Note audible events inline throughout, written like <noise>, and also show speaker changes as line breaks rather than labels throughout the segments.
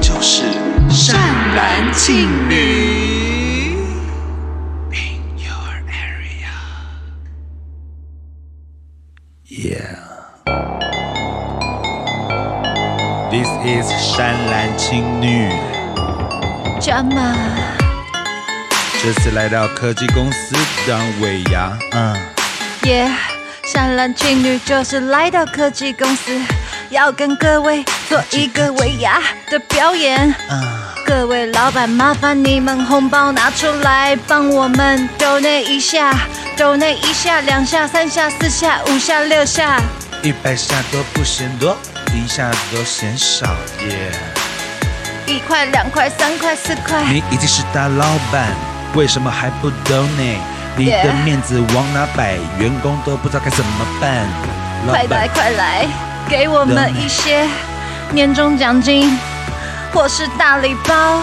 就是善男信女。In your area, yeah. This is 善男信女。
drama
这次来到科技公司当尾牙，嗯，
耶，善男信女就是来到科技公司，要跟各位做一个尾牙的表演。各位老板，麻烦你们红包拿出来，帮我们 donate 一下，donate 一下，两下、三下、四下、五下、六下。
一百下都不嫌多，一下都嫌少耶。
一块、两块、三块、四块，
你已经是大老板，为什么还不 donate？你的
Yeah
面子往哪摆？员工都不知道该怎么办。老
快来
板，
快来，给我们一些年终奖金或是大礼包。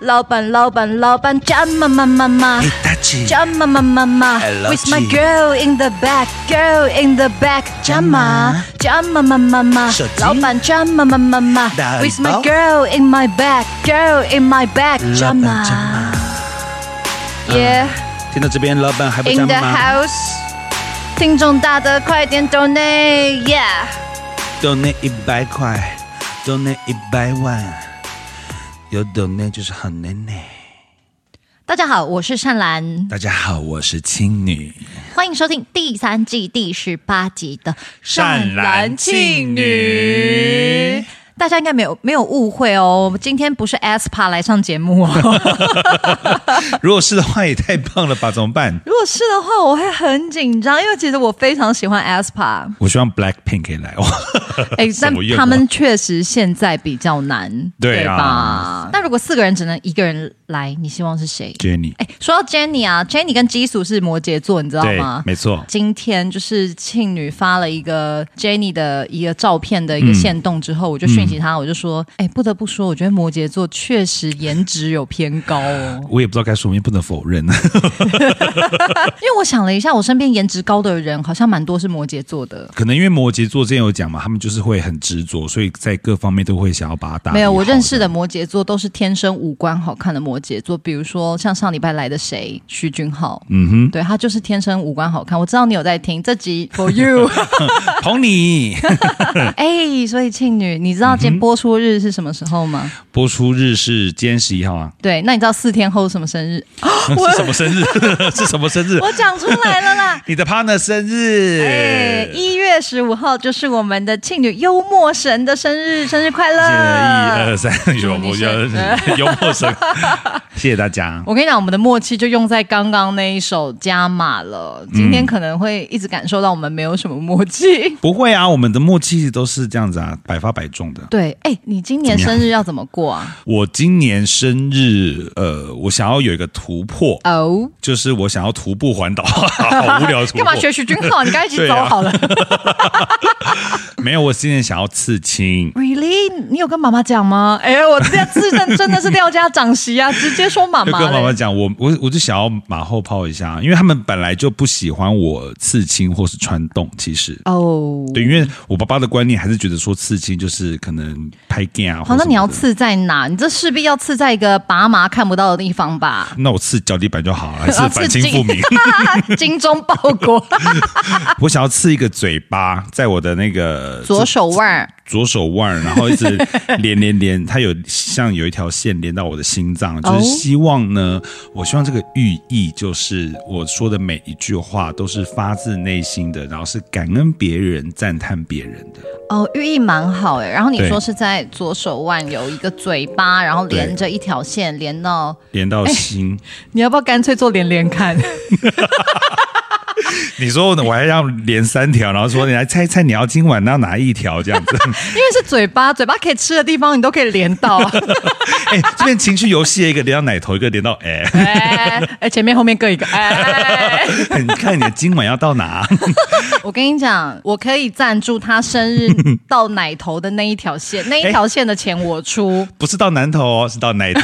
老板，老板，老板，加妈妈妈妈
你。大姐，
Jama mama mama
嗯 I love
with my
you.
girl in the back, girl in the back. Jama Jama mama mama，
手机
老板 Jama mama mama
打包
with my girl in my back, girl in my back.
老板加
Jama
码。
yeah
听到这边，老板还不加
in the
码
house。听众大德，快点 donate yeah。
？donate 一百块，donate 一百万，有 donate 就是好奶奶。
大家好，我是善兰，
大家好，我是青
<laughs>
女。
欢迎收听第三季第十八集的《
善男信女。
大家应该没有没有误会哦，今天不是 ASPA 来上节目 <laughs> 哦。
如果是的话，也太棒了吧？怎么办？
如果是的话，我会很紧张，因为其实我非常喜欢 <laughs> ASPA，
我希望 Blackpink 可以来。
哎，
什
但
么愿望
他们确实现在比较难，
对啊
吧？那如果四个人只能一个人来，你希望是谁？
<laughs> Jenny，
哎，说到 Jenny 啊，Jenny 跟基叔是摩羯座，你知道
对
吗，？
没错。。
今天就是庆女发了一个 Jenny 的一个照片的一个线动之后，我就讯息她，我就说，哎、不得不说，我觉得摩羯座确实颜值有偏高哦
<laughs> 我也不知道该说明，不能否认。
因为我想了一下，我身边颜值高的人好像蛮多是摩羯座的。
可能因为摩羯座之前有讲嘛，他们就是会很执着，所以在各方面都会想要把它打理好。
没有，我认识
的
的摩羯座都是天生五官好看的摩羯座，比如说像上礼拜来的谁，徐俊浩，嗯哼，对他就是天生五官好看。我知道你有在听这集 for you，
捧你
哎、所以庆女，你知道今天播出日是什么时候吗？
播出日是今天十
<laughs>
一号啊，
对，那你知道四天后是什么生日？
是什么生日？ <laughs> 是什么生日？。
我讲出来了啦
<laughs> 你的 partner 生日。
哎，一月十五号就是我们的庆女幽默神的生日，生日快
谢谢一
乐！
二三，有我有幽默
<laughs>
神，谢谢大家。
我跟你讲，我们的默契就用在刚刚那一首加码了。今天可能会一直感受到我们没有什么默契。
不会啊，我们的默契都是这样子啊，百发百中的。
对，哎，你今年
怎么
生
样
日要怎么过啊？
我今年生日，呃，我想要有一个突破，
哦，
就是我想要徒步环岛， <laughs> 好无聊。突
<laughs>
破。
干嘛学徐君浩？你赶紧
对
走
啊
好了。
没有，我今年想要刺青。
Really？你有跟妈妈讲吗？哎，我这自认真的是廖家长
<laughs>
媳啊，直接说妈
就
妈
跟妈妈
嘞。
讲，我我我就想要马后炮一下，因为他们本来就不喜欢我刺青或是穿洞，其实。
哦，
对，因为我爸爸的观念还是觉得说刺青就是可能拍 gay 啊。
好，
或
那
什么
你要
的？
刺在哪？你这势必要刺在一个拔麻看不到的地方吧？
那我刺脚底板就好了，
<laughs>
还
啊，
是反清复明？<laughs>
刺金精忠报国，
我想要刺一个嘴巴，在我的那个
左手腕儿。
左手腕，然后一直连连连，它有像有一条线连到我的心脏，就
哦
是希望呢，我希望这个寓意就是我说的每一句话都是发自内心的，然后是感恩别人、赞叹别人的。
哦，寓意蛮好哎。然后你
对
说是在左手腕有一个嘴巴，然后连着一条线连到，
连到心，
你要不要干脆做连连
<laughs>
看？
你说我还要连三条，然后说你来猜猜你要今晚要哪一条这样子？
因为是嘴巴，嘴巴可以吃的地方你都可以连
<laughs>
到啊。
哎、 <laughs> 这边情绪游戏一个连到奶头，一个连到哎、
<laughs> 哎哎，前面后面各一个。哎哎，哎
你看你的今晚要到哪？
我跟你讲，我可以赞助他
<laughs>
生日到奶头的那一条线，那一条线的钱我出。
不是到南头哦，是到奶头。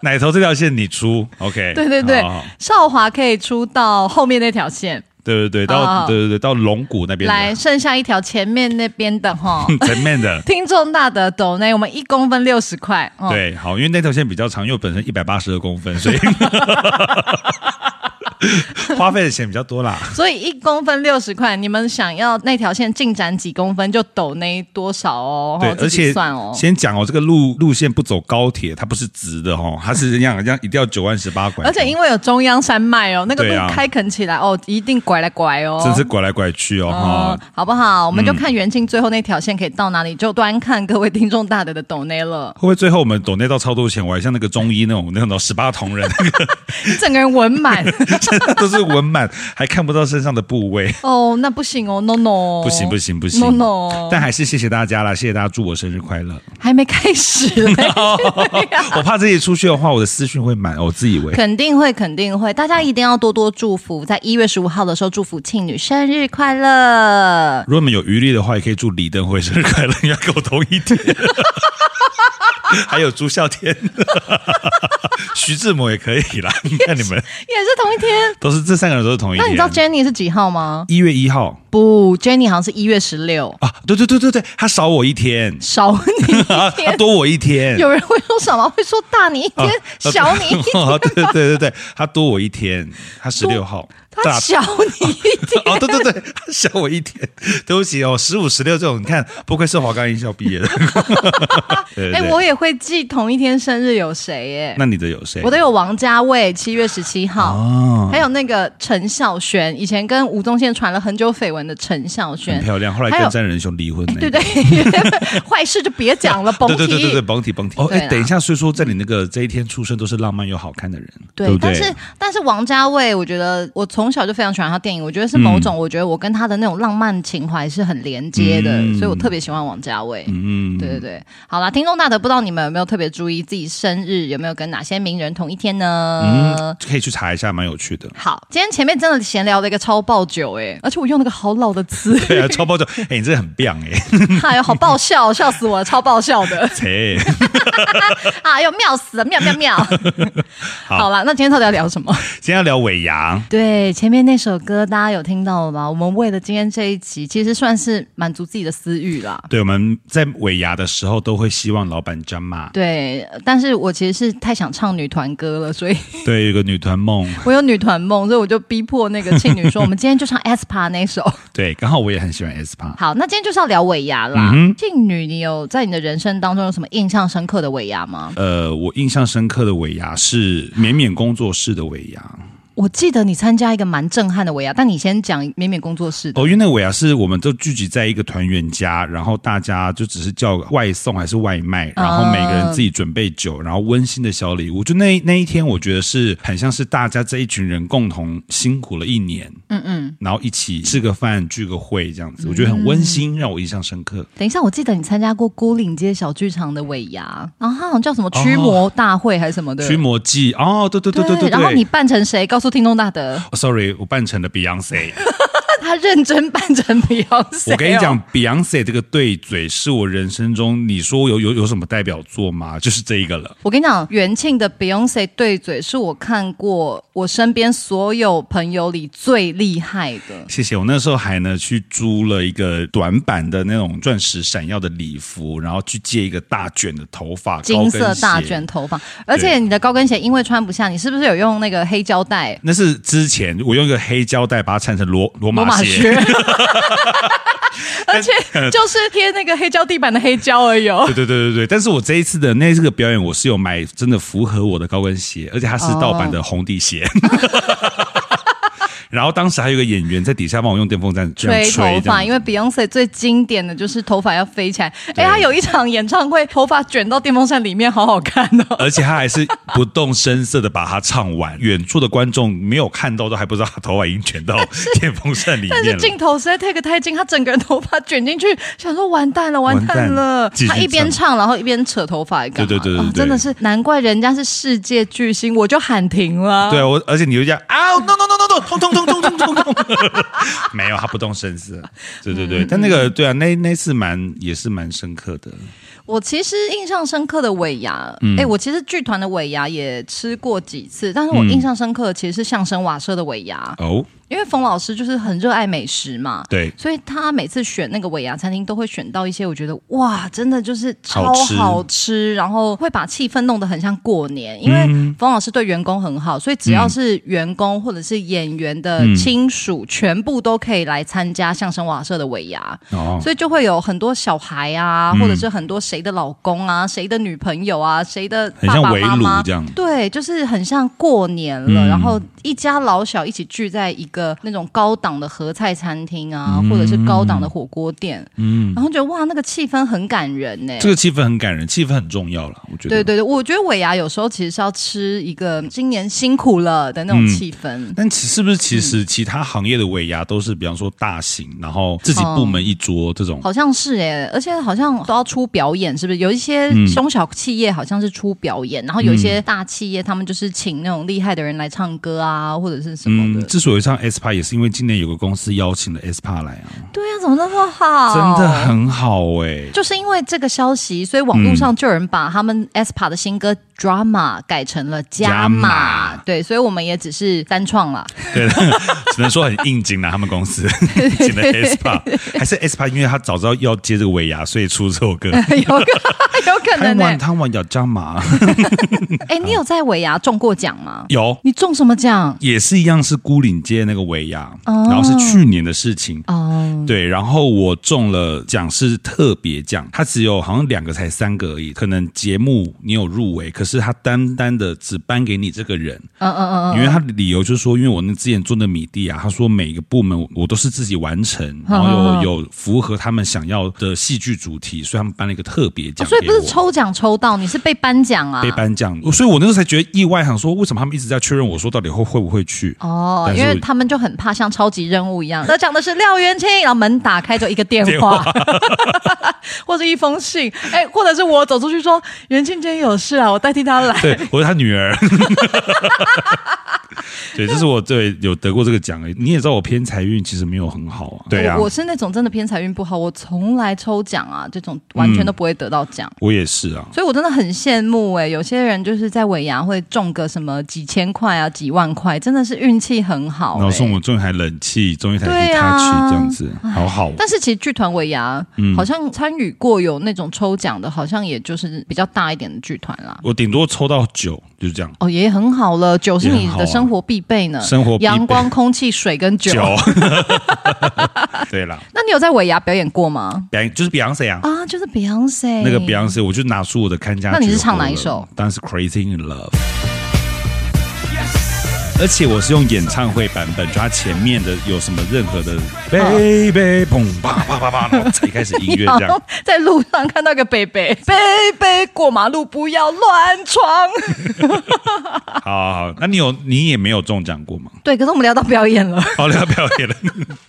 奶头这条线你出，OK？
对对对
好好好，
少华可以出到后面那条线，
对对对，到
哦
对对对到龙骨那边
来，
的，嗯
剩下一条前面那边的
<laughs>
哈，
前面的。
听众大的抖内，我们一公分六十块， <laughs> 哦，
对，好，因为那条线比较长，因为我本身一百八十二公分，
<laughs>
所以花费的钱比较多啦。
所以一公分六十块，你们想要那条线进展几公分就抖那多少哦，
对，
哦
而
自己
且
算哦。
先讲哦，这个路路线不走高铁，它不是直的哦，它是这样，这样一定要九万十八拐，
而且因为有中央山脉哦，那个
对啊
路开垦起来、哦，一定拐来拐哦，
真是拐来拐去哦，哈、嗯
哦，好不好？我们就看元庆最后那条线可以到哪里，就端看各位听众大德的抖内了
<laughs> 会。不会最后我们抖内到超多钱？我还像那个中医那种那种十八铜人，那个
你整个人文
<laughs>
满
都是纹满，还看不到身上的部位，
哦，那不行哦，no no，
不行不行不行
，no no，
但还是谢谢大家啦，谢谢大家，祝我生日快乐！
还没开始嘞。
<laughs> 我怕自己出去的话，我的私讯会满，我自以为。
肯定会，肯定会，大家一定要多多祝福，在一月十五号的时候祝福庆女生日快乐。
如果你们有余力的话，也可以祝李登辉生日快乐，你 <laughs> 要跟我同一天。还有朱孝天、 <laughs> 徐志摩也可以
<laughs>
啦。你看你们
也是同一天，
都是这三个人都是同一
那你知道
天。
Jenny 是几号吗？
一月一号
不，Jenny 好像是一月十六，
啊，对对对对对，他少我一天，
少你
啊
<laughs> 一
<laughs> 他
天。
多我一天。
有人会说什么？会说大你一天，小你一天，
啊 <laughs> 哦，对对对对对，他多我一天，他十六号，
他小你一天。
<laughs> 哦，对对对，他小我一天，对不起哦，十五十六这种，你看不愧是华冈艺校毕业的。 <laughs> 对对
哎、
对
我也会记同一天生日有谁耶、
那你的有谁？哦
我都有王家卫，七月十七号，还有那个陈孝萱，以前跟吴宗宪传了很久绯闻的陈孝
很
�萱，
漂亮，后来
还有哎
跟詹仁兄离婚、那个
对不对？ <laughs> 坏事就别讲了，甭提。
<laughs> 对对对对对，甭提甭提。哦，
对
哎
啦，
等一下，虽说在你那个这一天出生都是浪漫又好看的人，
对
不
但
对？
是但是王家卫，我觉得我从小就非常喜欢他电影，我觉得是某种，我觉得我跟他的那种浪漫情怀是很连接的，
嗯
所以我特别喜欢王家卫。
嗯，
对对对，好啦，听众大德，不知道你们有没有特别注意自己生日有没有跟哪些名人同一天呢？
嗯，可以去查一下，蛮有趣的。 <laughs>
好，今天前面真的闲聊了一个超爆酒哎、而且我用那个好老的词， <laughs>
对啊，超爆照，哎，你这很棒哎， <laughs>
哎呦，好爆笑，笑死我了，超爆笑的，
切，
哎呦，妙死了，妙妙妙。
好
好啦，那今天到底要聊什么？
今天要聊尾牙，
对，前面那首歌大家有听到了吧？我们为了今天这一集，其实算是满足自己的私欲啦。
对，我们在尾牙的时候都会希望老板张骂，
对，但是我其实是太想唱女团歌了，所以
对，有个女团 <laughs> 梦，
我有女团梦，所以我就逼迫那个庆女 <laughs> 说，我们今天就唱 aespa 那首。
对，刚好我也很喜欢 S 趴。
好，那今天就是要聊尾牙
嗯
啦。庆女，你有在你的人生当中有什么印象深刻的尾牙吗？
呃，我印象深刻的尾牙是绵绵工作室的尾牙，
我记得你参加一个蛮震撼的尾牙，但你先讲绵绵工作室的。
哦，因为那个尾牙是我们都聚集在一个团员家，然后大家就只是叫外送还是外卖，然后每个人自己准备酒，然后温馨的小礼物。就那那一天，我觉得是很像是大家这一群人共同辛苦了一年，嗯嗯，然后一起吃个饭、聚个会这样子，我觉得很温馨，让我印象深刻。
等一下，我记得你参加过孤岭街小剧场的尾牙，然后它好像叫什么驱魔大会还是什么的。
驱魔记哦，对对对对对
然后你
对。
扮成谁？告诉听众大德，
哦 Sorry，我扮成了 Beyonce。
<laughs> 啊他认真扮成 Beyonce
我跟你
哦
讲，Beyonce 这个对嘴是我人生中，你说有有有什么代表作吗？就是这一个了。
我跟你讲，元庆的 Beyonce 对嘴是我看过我身边所有朋友里最厉害的。
谢谢。我那时候还呢去租了一个短版的那种钻石闪耀的礼服，然后去借一个大卷的头发，
金色
高
大
跟
卷
鞋。
头发，而且你的高跟鞋因为穿不下，你是不是有用那个黑胶带？
那是之前我用一个黑胶带把它缠成罗罗
罗
马
马
鞋。
靴， <laughs> 而且就是贴那个黑胶地板的黑胶而已哦。
<laughs> 对对对对对，但是我这一次的那这个表演，我是有买真的符合我的高跟鞋，而且它是盗版的红底
<laughs>
鞋。然后当时还有一个演员在底下帮我用电风扇这样
吹
吹
头
这样
发，因为 Beyonce 最经典的就是头发要飞起来。哎，
对
她有一场演唱会，头发卷到电风扇里面，好好看哦。
而且他还是不动声色的把它唱完，远处的观众没有看到，都还不知道他头发已经卷
<laughs>
到电风扇里
<laughs> 但是
面了。
镜头实在 take 太近，她整个人头发卷进去，想说完蛋了，蛋了
完蛋。继续
她一边唱，然后一边扯头发，干
对
嘛
对对对
哦
对
真的是难怪人家是世界巨星，我就喊停了。
对啊，我而且你就这样啊，no no no no no，痛痛痛痛痛痛痛，没有，他不动声色。对对
嗯
对，但那个对啊，那那次蛮也是蛮深刻的。
我其实印象深刻的尾牙，哎、我其实剧团的尾牙也吃过几次，但是我印象深刻的其实是相声瓦舍的尾牙，
哦，
因因为冯老师就是很热爱美食嘛，
对
所以他每次选那个尾牙餐厅，都会选到一些我觉得哇，真的就是超
好吃
好吃，然后会把气氛弄得很像过年。因为冯老师对员工很好，所以只要是员工或者是演员的亲属，全部都可以来参加相声瓦舍的尾牙，
哦，嗯
所以就会有很多小孩啊，或者是很多谁的老公啊、谁的女朋友啊、谁的
很
爸
像
爸
围
妈
炉
妈
这样。
对，就是很像过年了，
嗯
然后一家老小一起聚在一个那种高档的合菜餐厅啊，
嗯
或者是高档的火锅店，嗯，然后觉得哇，那个气氛很感人呢、
这个气氛很感人，气氛很重要了，我觉得。
对对对，我觉得尾牙有时候其实是要吃一个今年辛苦了的那种
嗯
气氛。
但其是不是其
嗯
实其他行业的尾牙都是，比方说大型，然后自己部门一桌这种，
好像是哎、而且好像都要出表演，是不是？有一些
嗯
中小企业好像是出表演，然后有一些大企业他们就是请那种厉害的人来唱歌啊，或者是什么的。
嗯，之所以上 S p a 也是因为今年有个公司邀请了 S p a 来啊，
对啊，怎么那么好？
真的很好哎、
<laughs> 就是因为这个消息，所以网络
嗯
上就有人把他们 aespa 的新歌 drama 改成了加
加
码
码，
对，所以我们也只是单创啦。 <laughs>
对，只能说很应景啦，啊他们公司请了 S p a 还是 S p a 因为他早知道要接这个尾牙，所以出这
<laughs>
首歌。
有可有可
台
能呢、
湾台湾要加码， <laughs>
哎、你有在尾牙中过奖吗？
有
你中什么奖？
也是一样是孤岭街那个尾牙，然后是去年的事情。
哦，
对，然后我中了奖是特别奖，它只有好像两个才三个而已。可能节目你有入围，可是它单单的只颁给你这个人，
嗯嗯嗯嗯，
因为他的理由就是说，因为我那之前做的米地啊，他说每个部门我都是自己完
嗯
成，然
好好
后有有符合他们想要的戏剧主题，所以他们颁了一个特别
哦
奖给
所
我。
以不是抽奖抽到，你是被颁奖啊
被。颁奖，所以我那时候才觉得意外，想说为什么他们一直在确认我说到底会会不会去？
哦，
但是
因
我
为他们就很怕像超级任务一样， <laughs> 得奖的是廖元清，然后门打开就一个电话， <laughs> 或者一封信，哎、或者是我走出去说元清今天有事啊，我代替他来，
<laughs> 对，我是他女儿。对，这是我对有得过这个奖而已。你也知道我偏财运其实没有很好啊。对啊
我，我是那种真的偏财运不好，我从来抽奖啊这种完全都不会得到奖。
我也是啊。
所以，我真的很羡慕哎、有些人就是在尾牙会中个什么几千块啊、几万块，真的是运气很好、
然
欸。
后送我中一台冷气，中一台
对
Hitachi、
啊
这样子，好好哦。
但是其实剧团尾牙、
嗯
好像参与过有那种抽奖的，好像也就是比较大一点的剧团啦。
我顶多抽到九，就是这样。
哦，也很好了，酒是你
也很好
的
啊
生活必备呢，
生活必备
阳光、空气、水跟酒。
九， <laughs> 对啦，
那你有在尾牙表演过吗？
比就是 Beyonce 啊，
啊，就是 Beyonce
那个 Beyonce，我就拿出我的看家酒。
那你是唱哪一首？
当然是 Crazy in Love。而且我是用演唱会版本，就它前面的有什么任何的
嗯
baby 砰啪啪啪啪，然后才开始音乐
<laughs>
这样。
在路上看到一个贝贝，贝贝过马路不要乱闯。
好好好，那你有你也没有中奖过吗？
<laughs> 对，可是我们聊到表演了。
好，聊表演了，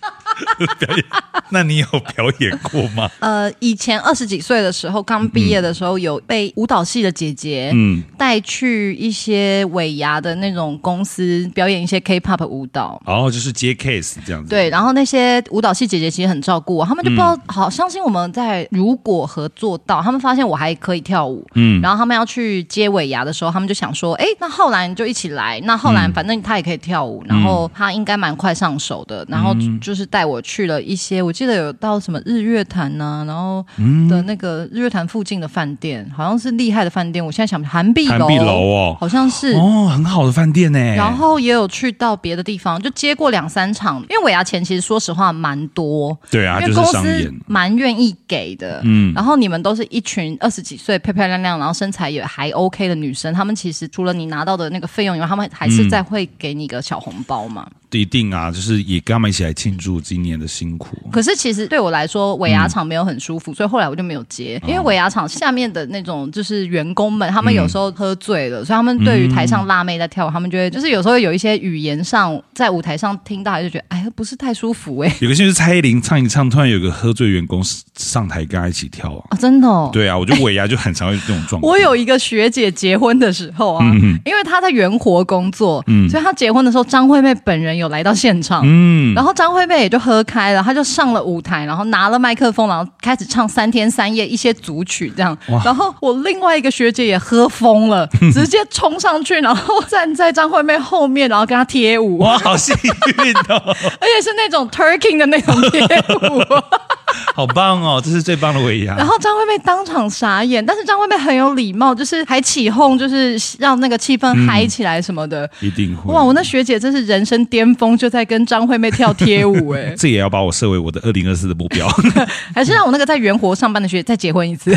<laughs> 表演。那你有表演过吗？
呃，以前二十几岁的时候，刚毕业的时候，有被舞蹈系的姐姐
嗯，
带去一些尾牙的那种公司表演一些 K-pop 舞蹈。
然后就是接 case 这样子。
对，然后那些舞蹈系姐姐其实很照顾我，他们就不知
嗯
道，好相信我们在如果合作到，他们发现我还可以跳舞，嗯，然后他们要去接尾牙的时候，他们就想说，哎，那浩然就一起来，那浩
嗯
然反正他也可以跳舞，然后他应该蛮快上手的，然后
嗯
就是带我去了一些，我记得有到什么日月潭呐、然后
嗯
的那个日月潭附近的饭店，好像是厉害的饭店，我现在想韩碧
韩
楼，
碧楼哦
好像是，
哦，很好的饭店呢。
然后也有去到别的地方，就接过两三场，因为尾牙钱其实说实话蛮多，
对啊，
因
就
为
是
公
商
司
演。
蛮愿意给的。
嗯
然后你们都是一群二十几岁漂漂亮亮，然后身材也还 OK 的女生，她们其实除了你拿到的那个费用以外，她们还
嗯
是在会给你一个小红包嘛。
一定啊，就是也跟他们一起来庆祝今年的辛苦。
可是其实对我来说，尾牙场没有很舒服，所以后来我就没有接，因为尾牙场下面的那种就是员工们，他们有时候喝醉了，所以他们对于台上辣妹在跳舞，他们就会就是有时候有一些语言上在舞台上听到，就觉得哎，不是太舒服哎、
有个就是蔡依林唱一唱，突然有个喝醉员工上台跟她一起跳啊。
啊，真的、 <laughs> 哦。
对啊，我觉得尾牙就很常有这种状况。
我有一个学姐结婚的时候啊，因为她在圆活工作，所以她结婚的时候，张惠妹本人有来到现场，
嗯，
然后张惠妹也就喝开了，他就上了舞台，然后拿了麦克风，然后开始唱三天三夜一些组曲这样。然后我另外一个学姐也喝
<laughs>
疯了，直接冲上去，然后站在张惠妹后面，然后跟她贴舞，
哇，好幸运哦，
而且是那种 turking 的那种贴舞。
<laughs> 好棒哦，这是最棒的尾牙。
然后张惠妹当场傻眼，但是张惠妹很有礼貌，就是还起哄，就是让那个气氛嗨起来什么的。
一定嗯会
哇，我那学姐真是人生巅峰，就在跟张惠妹跳贴舞哎、
<laughs> 这也要把我设为我的二零二四的目标。 <laughs>
还是让我那个在圆活上班的学姐再结婚一次。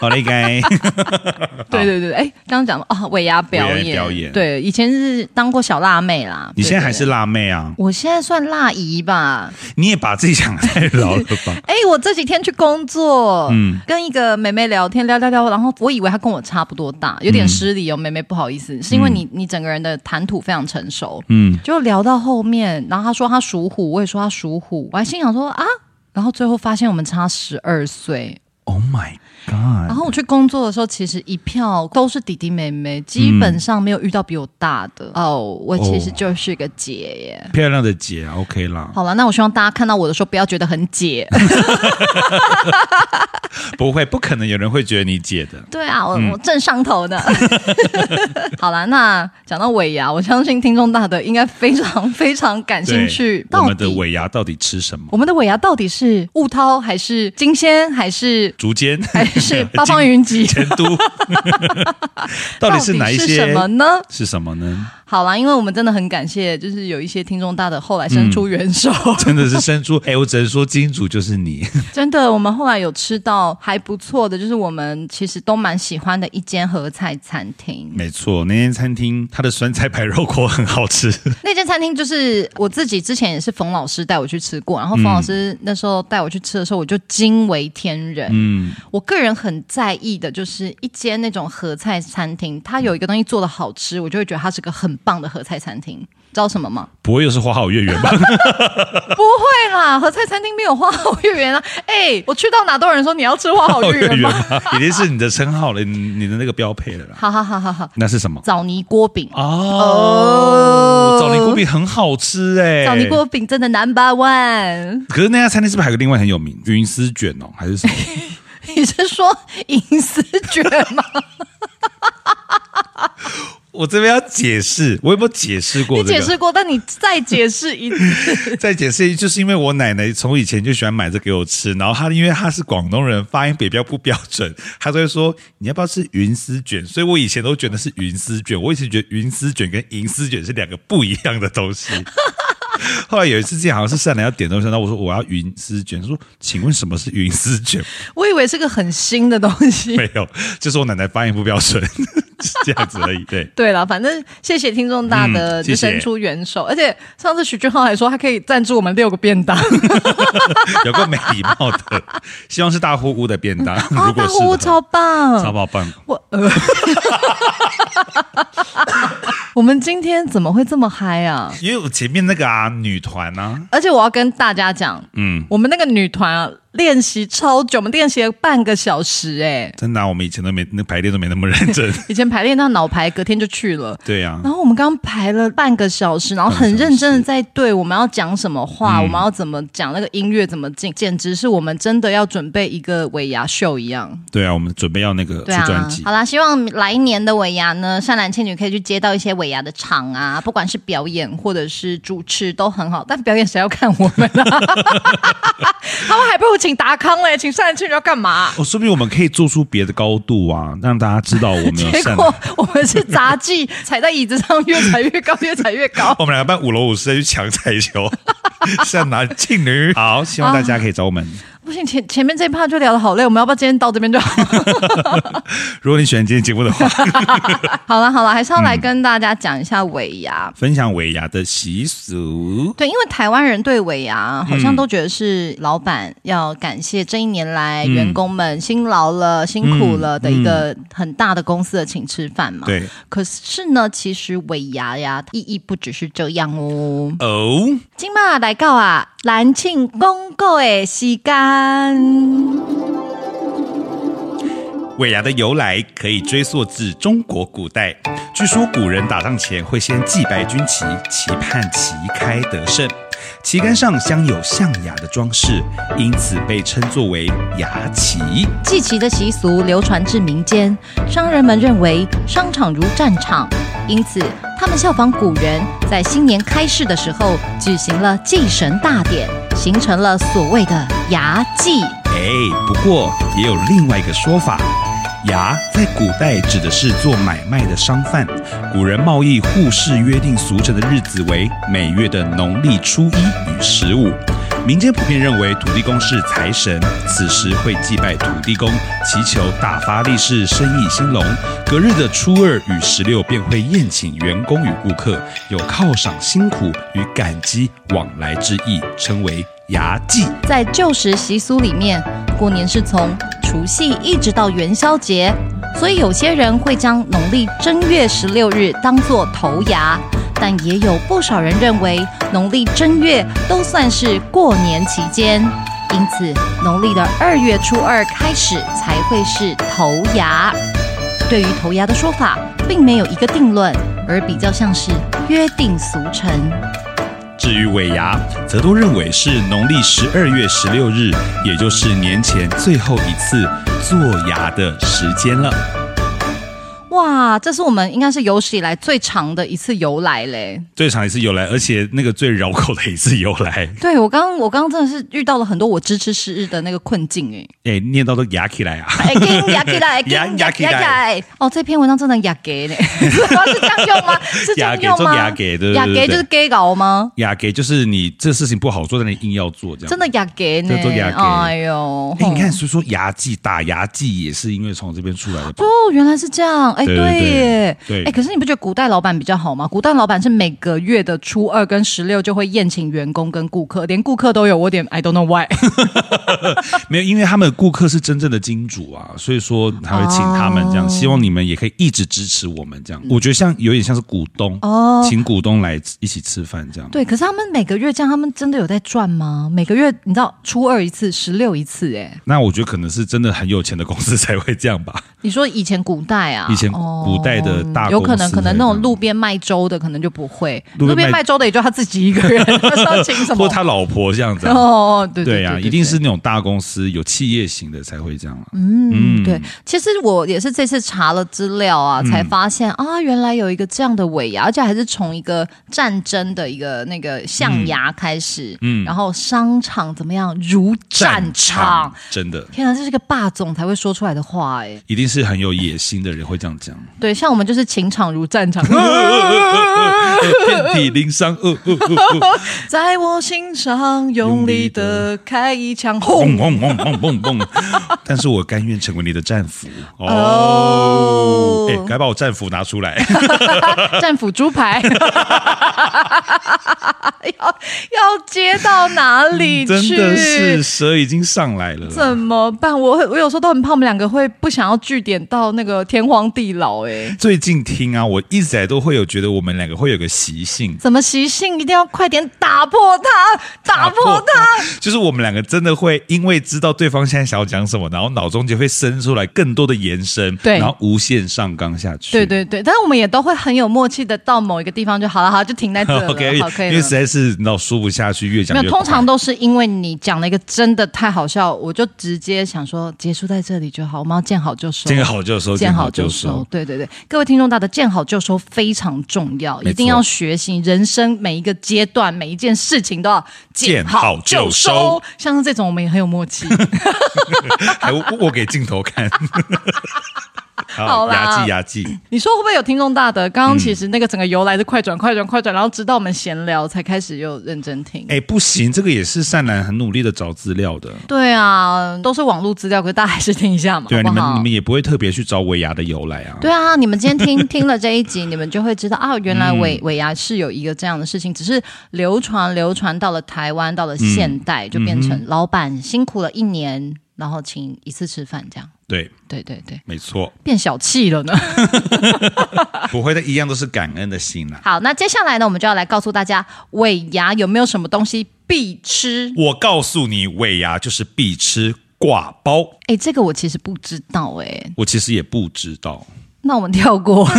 好嘞，该
对对对，哎，刚刚讲啊，尾牙表
尾牙
演，
表演
对，以前是当过小辣妹啦，
你现在
对
还是。
对对
辣妹啊？
我现在算辣姨吧，
你也把自己想得太老了吧？
哎、我这几天去工作，嗯，跟一个妹妹聊天，聊聊聊，然后我以为她跟我差不多大，有
嗯
点失礼哦，妹妹不好意思，是因为你你整个人的谈吐非常成熟，
嗯，
就聊到后面，然后她说她属虎，我也说她属虎，我还心想说啊，然后最后发现我们差十二岁。
<laughs> Oh my god！
然后我去工作的时候，其实一票都是弟弟妹妹，基本上没有遇到比我大的。
嗯
哦，我其实就是个姐耶。
漂亮的姐啊，OK 啦，
好了，那我希望大家看到我的时候不要觉得很
<laughs>
姐。
不会，不可能有人会觉得你姐的。
对啊，
嗯
我、我正上头呢。 <laughs> 好啦，那讲到尾牙，我相信听众大德应该非常非常感兴
对
趣。
我
到
们
底
的尾牙到底吃什么？
我们的尾牙到底是雾涛还是金仙还是
竹间
还
<laughs>
是八方云集？
监
<laughs>
督，到底是哪一
是什
些？
么呢？
是什么呢？
好啦，因为我们真的很感谢，就是有一些听众大的后来伸出援手，
真的是生出，哎、 <laughs> 我只能说金主就是你，
<laughs>
<laughs>
真的，我们后来有吃到还不错的，就是我们其实都蛮喜欢的一间合菜餐厅。
没错。那间餐厅它的酸菜白肉锅很好吃， <laughs>
那间餐厅就是我自己之前也是冯老师带我去吃过，然后冯老师那时候带我去吃的时候，我就惊为天人。
嗯，
我个人很在意的就是一间那种合菜餐厅，它有一个东西做的好吃，我就会觉得它是个很棒的合菜餐厅。知道什么吗？
不会又是花好月圆吧？
不会啦，合菜餐厅没有花好月圆啊！ <laughs> 哎、我去到哪都有人说你要吃花好
<laughs> 花好
月
月
圆
圆
吗？ <laughs>
吧，已经是你的称号了，你你的那个标配了啦。
好好好好好，
那是什么？
枣泥锅饼。
哦，枣泥锅饼很好吃哎、
枣泥锅饼真的 number one， <laughs>
可是那家餐厅是不是还有另外很有名云丝卷哦，还是什么？
你是说银丝卷吗？
我这边要解释， <laughs> 我有没有解释过、
你
这个？
解释过，但你再解
<laughs>
释一次。 <laughs>
再解释一，就是因为我奶奶从以前就喜欢买这给我吃，然后她因为她是广东人，发音比较不标准，她都会说你要不要吃云丝卷？所以我以前都觉得是云丝卷，我一直觉得云丝卷跟银丝卷是两个不一样的东西。后来有一次，这样好像是善良要点东西，然后我说我要云丝卷，她说请问什么是云丝卷？
我以为是个很新的东西。
没有，就是我奶奶发音不标准， <laughs> 是这样子而已。对，
对了，反正谢谢听众大德
嗯谢
就
谢
伸出援手，而且上次许俊浩还说他可以赞助我们六个便当
嗯有个没礼貌的，希望是大呼呼的便当。
啊
如，果
<laughs> 大
是的
呼
话超
超棒！
棒棒。
我呃， <laughs> 我们今天怎么会这么嗨啊？
因为我前面那个啊，女团啊，
而且我要跟大家讲，
嗯，
我们那个女团啊，练习超久，我们练习了半个小时哎、
真的啊、我们以前都没那排练都没那么认 <laughs> 真。
以前排练到脑排，隔天就去了。
对呀、
然
啊，
后我们刚排了半个小时，然后很认真的在对我们要讲什么话，
嗯
我们要怎么讲那个音乐怎么进，简直是我们真的要准备一个尾牙秀一样。
对啊，我们准备要那个出
对啊
专辑，
好啦，希望来年的尾牙呢，善男信女可以去接到一些尾牙的场啊， <laughs> 不管是表演或者是主持都很好。但表演谁要看我们啊？ <laughs> 他们还不如请达康嘞，请善男信女要干嘛？
哦，说不定我们可以做出别的高度啊，让大家知道我们 <laughs> 有
结
善。
果我们是杂技，踩在椅子上越踩越高，越踩越高。 <laughs>
我们两个办五楼五室去抢彩 <laughs> 球，善男信女。好，希望大家可以找我们。
不行，前前面这一趴就聊得好累，我们要不要今天到这边就好？ <laughs>
如果你喜欢今天节目的话，
好了好了，还是要来跟大家讲一下尾牙。
分享尾牙的习俗。
对，因为台湾人对尾牙好像都觉得是老板要感谢这一年来员工们辛劳了、辛苦了的一个很大的公司的请吃饭嘛。。
对
可是呢，其实尾牙呀，意义不只是这样哦。
哦，
今嘛来到啊，兰庆公告的时间。
尾牙的由来可以追溯至中国古代。据说古人打仗前会先祭拜军旗，期盼旗开得胜。旗杆上镶有象牙的装饰，因此被称作为牙旗。
祭旗的习俗流传至民间，商人们认为商场如战场，因此他们效仿古人，在新年开市的时候举行了祭神大典，形成了所谓的牙祭。
哎，不过也有另外一个说法。牙在古代指的是做买卖的商贩，古人贸易互市约定俗成的日子为每月的农历初一与十五。民间普遍认为土地公是财神，此时会祭拜土地公，祈求大发利市、生意兴隆。隔日的初二与十六便会宴请员工与顾客，有犒赏辛苦与感激往来之意，称为牙祭。
在旧时习俗里面，过年是从除夕一直到元宵节，所以有些人会将农历正月十六日当作头牙，但也有不少人认为农历正月都算是过年期间，因此农历的二月初二开始才会是头牙。对于头牙的说法，并没有一个定论，而比较像是约定俗成。
至于尾牙，则都认为是农历十二月十六日，也就是年前最后一次做牙的时间了。
哇，这是我们应该是有史以来最长的一次由来嘞！
最长一次由来，而且那个最绕口的一次由来。
对我刚我刚真的是遇到了很多我支持时日的那个困
<laughs>
境哎。
<laughs> 哎、念到都牙起来啊！
哎，给压起来，给
牙
压
牙
起
起来
来！哦，这篇文章真的压给
<laughs>
嘞，是吗 <laughs> 是这样用吗？是这样用吗？
压给这压
压
给对对对
给就是给搞吗？
牙给就是你这事情不好做，但你硬要做这样。
真的压给呢
这都压？给
哎呦，
哎、你看，所以说牙祭打牙祭也是因为从这边出来的。
哦，原来是这样，哎，
对对对
耶，
对
哎，可是你不觉得古代老板比较好吗？古代老板是每个月的初二跟十六就会宴请员工跟顾客，连顾客都有，我有点 I don't know why。
没有，因为他们的顾客是真正的金主啊，所以说才会请他们这样。
哦嗯
希望你们也可以一直支持我们这样。我觉得像有点像是股东
哦
请股东来一起吃饭这样。
对，可是他们每个月这样，他们真的有在赚吗？每个月你知道初二一次，十六一次、哎，
那我觉得可能是真的很有钱的公司才会这样吧。
你说以前古代啊，
以前
哦
古代的大
有
公
可能，
司
可能
才
那种
这样
路边卖粥的，可能就不会。
路边
路边
卖
卖粥的也就他自己一个人，他是要请
<laughs>
什
或
么？
他老婆这样子啊、
哦，对
对
对
呀、
对
一定是那种大公司有企业型的才会这样啊。
嗯，对。其实我也是这次查了资料
嗯
啊，才发现、啊，原来有一个这样的尾牙，而且还是从一个战争的一个那个象牙开始，嗯，然后商场怎么样如战场。
真的
天啊，这是个霸总才会说出来的话哎、
一定是很有野心的人会这样
<laughs>
讲。
对，像我们就是情场如战 <laughs> 场，
遍体鳞伤，呃呃呃，
在我心上用力的开一枪，
嘣
<laughs> 轰！
嘣嘣嘣嘣嘣。 <laughs> 但是我甘愿成为你的战俘哦
哦。
哎、该把我战俘拿出来。
战斧猪排， <laughs> 要要接到哪里
<laughs> 真
去？
的是蛇已经上来了啦。
怎么办？我会我有时候都很怕我们两个会不想要据点到那个天荒地老哎、
最近听啊，我一直以来都会有觉得我们两个会有个习性，
怎么习性一定要快点打破它，打破它！
就是我们两个真的会因为知道对方现在想要讲什么，然后脑中就会生出来更多的延伸，
对
然后无限上纲下去。
对对对，但是我们也都会很有默契的到某一个地方就好了，好了就停在这 <laughs> 了，
<laughs> ，OK，
好哦可以
因
了。
为实在是你知道说不下去，越讲
没
越
有，通常
都
都是因为你讲了一个真的太好笑，我就直接想说结束在这里就好，我们要见好就收。
见好就收，
见好
好
就收
收。，
对对对，各位听众，大的见好就收非常重要，
没错
一定要学习。人生每一个阶段，每一件事情都要
见
见
好
好
就收
就收。像是这种，我们也很有
<laughs>
默契。
还哎我给镜头
<laughs>
看。
好啦
牙祭牙祭，
你说会不会有听众大的？刚刚其实那个整个由来是快转、快转、快转，然后直到我们闲聊才开始又认真听。
哎，不行，这个也是善男很努力的找资料的。
对啊，都是网络资料，可是大家还是听一下嘛，
对啊，你
好不
们
好？
你们也不会特别去找尾牙的由来啊。
对啊，你们今天听听了这一集，你们就会知道
<laughs>
啊，原来
嗯
尾尾牙是有一个这样的事情，只是流传流传到了台湾，到了现代，就变
嗯
成老板辛苦了一年，然后请一次吃饭这样。
对，
对对对，
没错，
变小气了呢。 <laughs>
不会的，一样都是感恩的啊心啦。
好，那接下来呢，我们就要来告诉大家尾牙有没有什么东西必吃。
我告诉你，尾牙就是必吃挂包。
哎，这个我其实不知道哎、
我其实也不知道，
那那我们
<laughs>
跳过。 <laughs>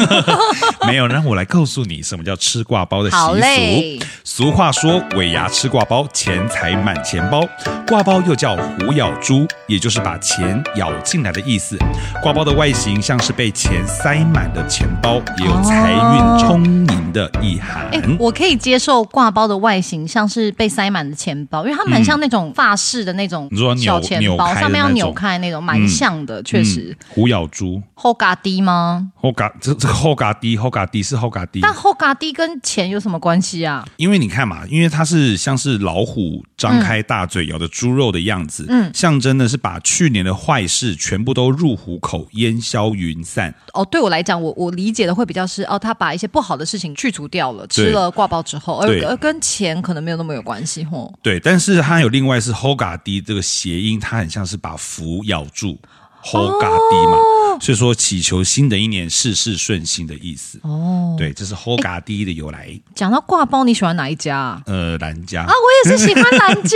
没有，让我来告诉你什么叫吃挂包的习
好嘞
俗。俗话说，尾牙吃挂包，钱财满钱包。挂包又叫虎咬猪，也就是把钱咬进来的意思。挂包的外形像是被钱塞满的钱包，也有财运充盈的意涵。
哎、我可以接受挂包的外形像是被塞满的钱包，因为它蛮像那种发饰的那种
嗯你说扭
小钱
扭
包，
开的
上面要
那种
扭开那种，蛮像的，确实
嗯。，虎咬猪，
后嘎低吗？
后嘎这这个后嘎低，后嘎低是后嘎低。
但后嘎低跟钱有什么关系啊？
因为你看嘛，因为它是像是老虎张开大嘴咬着猪肉的样子，
嗯
象征的是把去年的坏事全部都入虎口，烟消云散。
哦，对我来讲，我我理解的会比较是哦，他把一些不好的事情去除掉了，
对
吃了挂包之后，而
对
而跟钱可能没有那么有关系吼。
对，但是它有另外是 hoga d 这个谐音，它很像是把福咬住 hoga d 嘛，
哦
所以说祈求新的一年事事顺心的意思。
哦，
对，这是 hoga d 的由来。
讲到挂包，你喜欢哪一家啊？
呃，兰家
啊，我也是喜欢兰
<laughs>
家，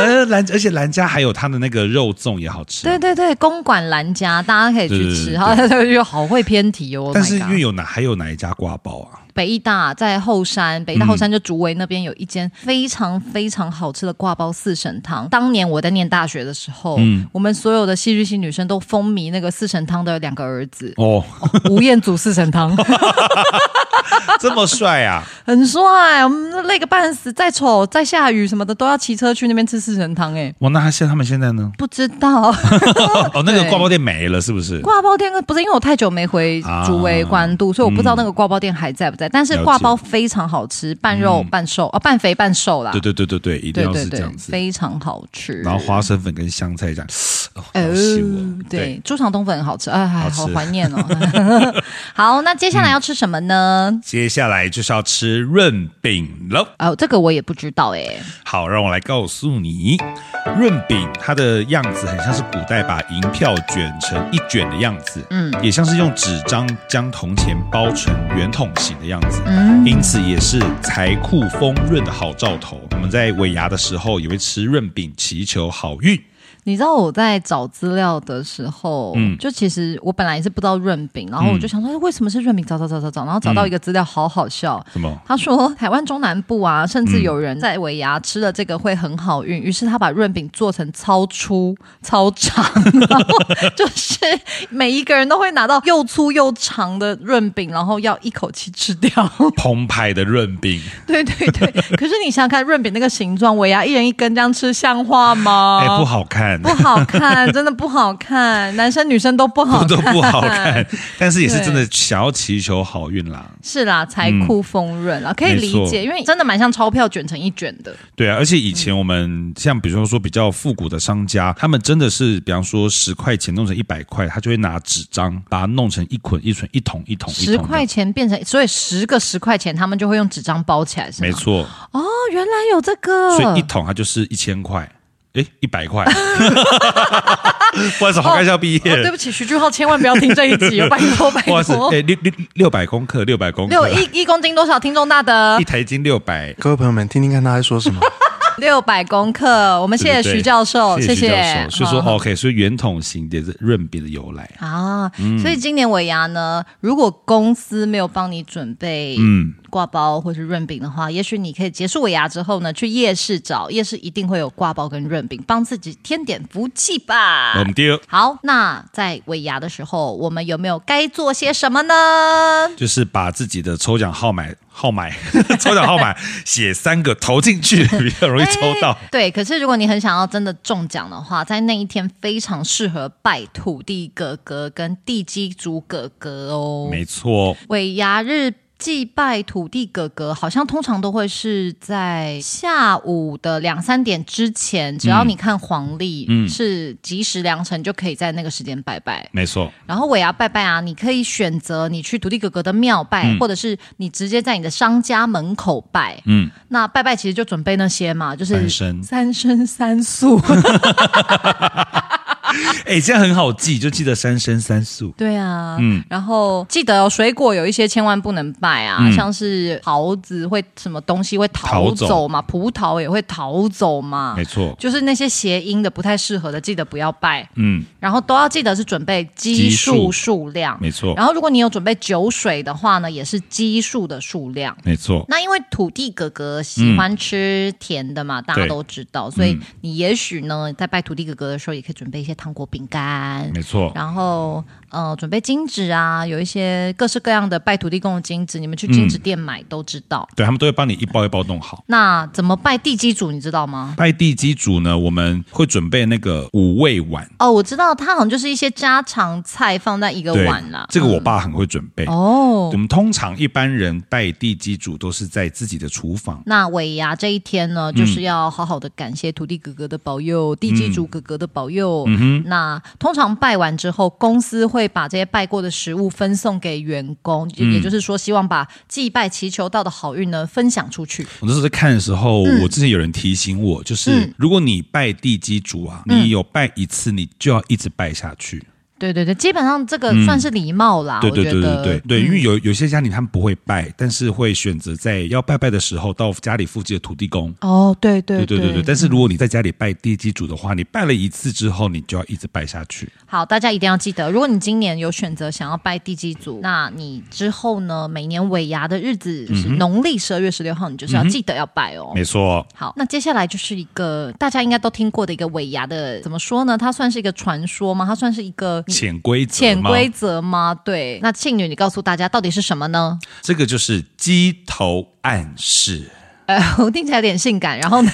呃，兰，而且兰家还有它的那个肉粽也好吃。
对对对，公馆兰家，大家可以去吃。
对
好， <laughs> 又好会偏题哦。
但是
Oh my
因
god
为有哪还有哪一家挂包啊？，
北艺大在后山，北艺大后山就竹围那边有一间非常非常好吃的挂包四神汤。当年我在念大学的时候，我们所有的戏剧系女生都风靡那个四神汤的两个儿子 <laughs>
哦， <laughs>
吴彦祖四神汤 <laughs>
这么帅啊！
很帅，我们累个半死，再丑再下雨什么的都要骑车去那边吃四神汤、哎，
哇，那他现他们现在呢？
不知道 <laughs>
哦，那个
对
挂包店没了，是不是？
挂包店不是因为我太久没回竹围关渡，所以我不知道那个挂包店还在不在。但是
啊了解嗯
挂包非常好吃，半肉半瘦啊，半肥半瘦啦。
对对对对对，一定
对
要
对
是这
对
样，子。
非常好吃。哦
然后花生粉跟香菜这样，哦，好喜我。
对，，猪肠冬粉很好吃，哎，
好吃嗯
好怀念
<laughs>
哦。好，那接下来要吃什么呢？
接下来就是要吃润饼了。
哦，这个我也不知道哎。
好，让我来告诉你，润饼它的样子很像是古代把银票卷成一卷的样子，嗯，也像是用纸张将铜钱包成圆筒形的样子，嗯，因此也是财库丰润的好兆头。我们在尾牙的时候也会吃润饼，祈求好运。
你知道我在找资料的时候，
嗯
就其实我本来是不知道润饼，然后我就想说，哎为什么是润饼？找找找找找，然后
嗯
找到一个资料，好好笑。
什么？
他说，台湾中南部啊，甚至有人在尾牙吃了这个会很好运，于是他把润饼做成超粗、 <laughs> 超长，然后 <laughs> 就是每一个人都会拿到又粗又长的润饼，然后要一口气吃掉。 <laughs>
澎湃的润饼，
对对对，可是你想想看，润饼那个形状，尾牙一人一根这样吃，像话吗？
哎、不好看，
不好看，真的不好看，男生女生都不好
<laughs> <laughs>
看，
都不好看，但是也是真 <laughs> 的想要祈求好运啦。
<laughs> 是啦，财库丰润啦，可以理解，
嗯没错
因为真的蛮像钞票卷成一卷的。
对啊，而且以前
嗯
我们像比如说比较复古的商家，他们真的是，比方说十块钱弄成一百块，他就会拿纸张把它弄成一捆一捆一桶一桶一桶
十
的
块，钱变成，所以十个十块钱，他们就会用纸张包起来，是吗？
没。错，
哦，原来有这个。
所以一桶它就是一千
哦
块，哎，一百块。 <laughs> 不好意思，好开笑毕
哦，对
业。
不起，徐俊浩，千万不要听这一
<laughs>
集，拜托拜
不好意思，
托。
哎，六六六百公克，六百公
<laughs> 六
克，
一一公斤多少？听众大德
一台斤六百。
各位朋友们，听听看他在说什么。
六百公克，我们谢
对
谢
对
徐教授，
谢
谢
徐教授所以说哦
嗯
OK，所以圆筒形的润饼的由来，
啊，
嗯
所以今年尾牙呢，如果公司没有帮你准备
嗯
挂包或是润饼的话，也许你可以结束尾牙之后呢，去夜市找，夜市一定会有挂包跟润饼，帮自己添点福气吧。
我们第二
好，那在尾牙的时候，我们有没有该做些什么呢？
就是把自己的抽奖号码 <laughs> 号码抽奖号码写三个投进
<laughs>
去，比较容易抽到。
哎对，可是如果你很想要真的中奖的话，在那一天非常适合拜土地哥哥跟地基主哥哥哦。
没错，
尾牙日祭拜土地哥哥，好像通常都会是在下午的两三点之前，只要
嗯
你看黄历、是吉时良辰，就可以在那个时间拜拜。
没错，
然后尾牙拜拜啊，你可以选择你去土地哥哥的庙拜，或者是你直接在你的商家门口拜。
嗯，
那拜拜
<laughs>
其实就准备那些嘛，就
三
是
牲
三生三素。
哎、这样很好记，就记得三生三素。
对啊，
嗯
然后记得哦，水果有一些千万不能拜啊，
嗯
像是桃子会什么东西会逃
逃走
走嘛，葡萄也会逃走嘛
没，错，
就是那些谐音的不太适合的，记得不要拜，
嗯，
然后都要记得是准备奇数
奇数
数量，
没错
然，后如果你有准备酒水的话呢，也是奇数的数量。
没错，
那因为土地哥哥喜欢吃甜的嘛，大家都知
嗯
道，所以你也许呢，在拜土地哥哥的时候，也可以准备一些糖果、饼干，
没错，
然后呃，准备金纸啊，有一些各式各样的拜土地公的金纸，你们去金纸店买都知道。
对他们都会帮你一包一包弄好。
那怎么拜地基主，你知道吗？
拜地基主呢，我们会准备那个五味碗，
哦，我知道，它好像就是一些家常菜放在一个
对
碗啦。
这个我爸很会准备。
哦
我，们通常一般人拜地基主都是在自己的厨房，
那尾牙这一天呢，
嗯
就是要好好的感谢土地哥哥的保佑，地基主哥哥的保佑。
嗯
那通常拜完之后，公司会把这些拜过的食物分送给员工，也
嗯
也就是说，希望把祭拜祈求到的好运呢分享出去。
我那时候在看的时候，我之前有人提醒我，就是、
嗯
如果你拜地基主啊，你有拜一次，你就要一直拜下去。
对对对，基本上这个算是礼貌啦，
对
啊我觉
嗯对对
得嗯
对对对，因为有有些家庭他们不会拜，但是会选择在要拜拜的时候到家里附近的土地公。
哦，对对
对
对
对对对，但是如果你在家里拜地基主的话，你拜了一次之后，你就要一直拜下去。
好，大家一定要记得，如果你今年有选择想要拜地基组，那你之后呢，每年尾牙的日子
嗯
是农历十二月十六号，你就是要记得要拜哦。
没错，
好，那接下来就是一个大家应该都听过的一个尾牙的，怎么说呢？它算是一个传说吗？它算是一个
潜规则
潜
吗
规则吗？对。那庆女，你告诉大家到底是什么 <laughs> 呢？
这个就是鸡头暗示。
呃，我听起来有点性感。然后呢？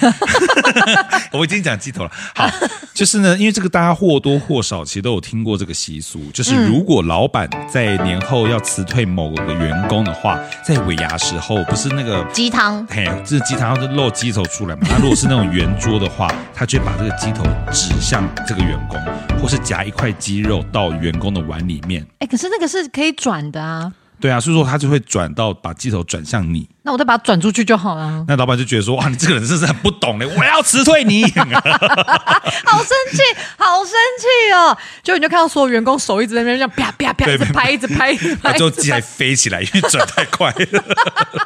<laughs> 我已经讲鸡头了。好， <laughs> 就是呢，因为这个大家或多或少其实都有听过这个习俗，就是如果老板在年后要辞退某个员工的话，在尾牙时候不是那个。
鸡汤。
嘿，这鸡汤是露鸡头出来嘛？那如果是那种圆桌的话，他就会把这个鸡头指向这个员工，或是夹一块鸡肉到员工的碗里面。
<laughs> 哎，可是那个是可以转的啊。
对啊，所以说他就会转到把鸡头转向你。，
那我再把它转出去就好了
那老板就觉得说，哇，你这个人真是很不懂欸嘞，我要辞退你。
<laughs> 好生气，好生气哦！就你就看到所有员工手一直在那边这样啪啪啪
对
一直拍，一直拍，
<laughs>
一直
他
拍，
就
一直
鸡还
拍
飞起来，因为转太快了。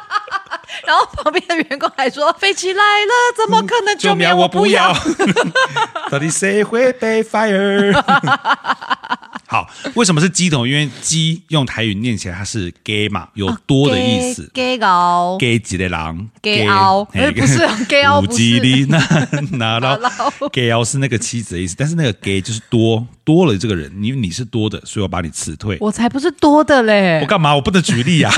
然后旁边的员工还说：“飞起来了，怎么可能
嗯救
救
命！啊
命？
我
不
不
要
要！。 <laughs> 到底谁会被
<laughs>
fire？好，为什么是鸡头？因为鸡用台语念起来它是 gay 嘛，
啊
有多的意思。
gay 搞
gay 级的狼
gay 凹哎
<laughs>
不是 gay 凹
五
不是
级的那拿
<laughs>
到
拿到
gay 凹是那个妻子的意思，但是那个 gay 就是多多了这个人，因为你是多的，所以我把你辞退。
我才不是多的嘞
我！干嘛？我不能举例啊。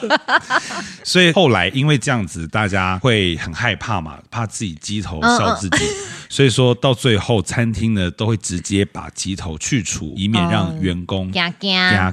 <laughs> 所以后来因为这样子，大家会很害怕嘛，怕自己鸡头
嗯
笑自己，所以说到最后，餐厅呢都会直接把鸡头去除，以免
哦
让员工
嘎嘎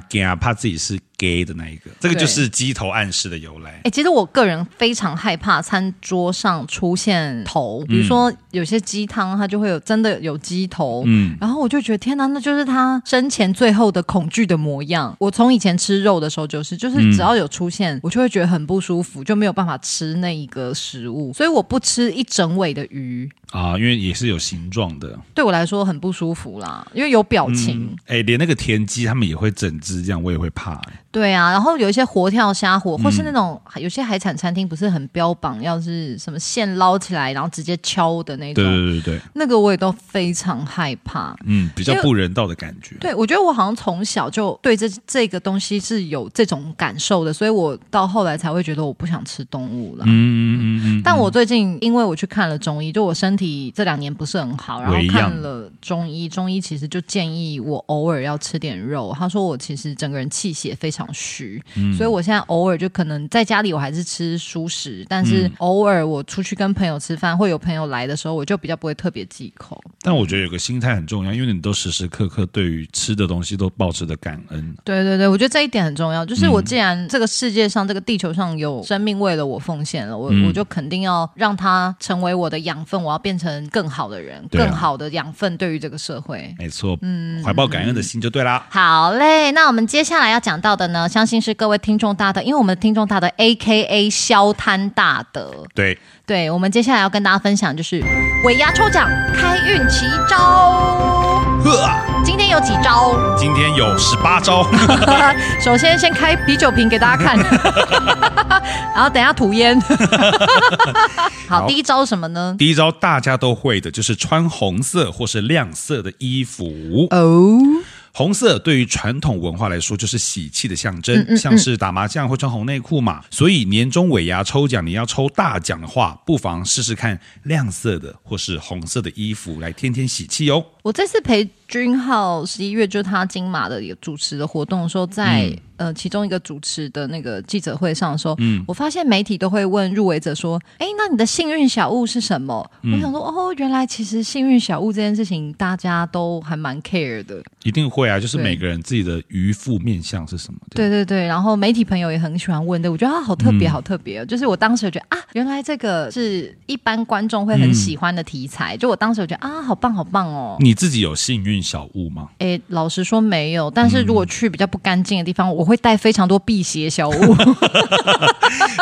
怕怕怕自己是 gay 的那一个。这个
对
就是鸡头暗示的由来
哎、。其实我个人非常害怕餐桌上出现头，比如说有些鸡汤，它就会有真的有鸡头，嗯，然后我就觉得天哪，那就是他生前最后的恐惧的模样。我从以前吃肉的时候就是，就是只要有出现，我就会觉得很不舒服，就没有办法吃那一个食物，所以我不吃一整尾的鱼，
啊，因为也是有形状的，
对我来说很不舒服啦，因为有表情。
哎、连那个田鸡他们也会整只这样，我也会怕、
对啊，然后有一些活跳虾
嗯
活，或是那种、有些海产餐厅不是很标榜要是什么现捞起来，然后直接敲的那
对
种，
对对对，
那个我也都非常害怕。
嗯，比较
因为
不人道的感觉。
对，我觉得我好像从小就对这这个东西是有这种感受的，所以我到后来才会觉得我不想吃动物了。
嗯，嗯嗯嗯嗯，
但我最近因为我去看了中医，就我身体这两年不是很好，然后
为
看
恙
了中医，中医其实就建议我偶尔要吃点肉。他说我其实整个人气血非常虚，
嗯
所以我现在偶尔就可能在家里我还是吃蔬食，但
嗯
是偶尔我出去跟朋友吃饭，会有朋友来的时候，我就比较不会特别忌口。
但我觉得有个心态很重要，因为你都时时刻刻对于吃的东西都保持着感恩。
对对对，我觉得这一点很重要。就是
嗯
我既然这个世界上、这个地球上有生命为了我奉献了，我、
嗯
我就肯定要让它成为我的养分，我要变成更好的人，
对啊
更好的养分对于这个社会。
没错，嗯，怀抱感恩的心就对啦。
好嘞，那我们接下来要讲到的呢，相信是各位听众大的，因为我们的听众大的 A K A 消摊大德，
对，
对我们接下来要跟大家分享就是尾牙抽奖开运奇招。
呃
今天有几招？
今天有十八招， <laughs>
首先先开啤酒瓶给大家看，然后等一下吐
<laughs>
烟。好，
好
第一招是什么呢？
第一招大家都会的，就是穿红色或是亮色的衣服。
哦，
红色对于传统文化来说就是喜气的象征，像是打麻将会穿红内裤嘛。所以年终尾牙抽奖，你要抽大奖的话，不妨试试看亮色的或是红色的衣服来添添喜气哦。
我这次陪君浩十一月就是他金马的主持的活动的时候，在、
嗯
呃其中一个主持的那个记者会上的时候，
嗯
我发现媒体都会问入围者说：“哎，那你的幸运小物是什么？”
嗯
我想说，哦，原来其实幸运小物这件事情大家都还蛮 care 的。
一定会啊，就是
对
每个人自己的渔夫面相是什么？对
对对对，然后媒体朋友也很喜欢问的，我觉得啊，好特别，好特别哦。就是我当时有觉得啊，原来这个是一般观众会很喜欢的题材。就我当时有觉得啊，好棒，好棒哦。
你自己有幸运小物
<laughs>
吗？
诶，老实说没有，但是如果去比较不干净的地方，我会带非常多辟邪小物，因 <laughs> 为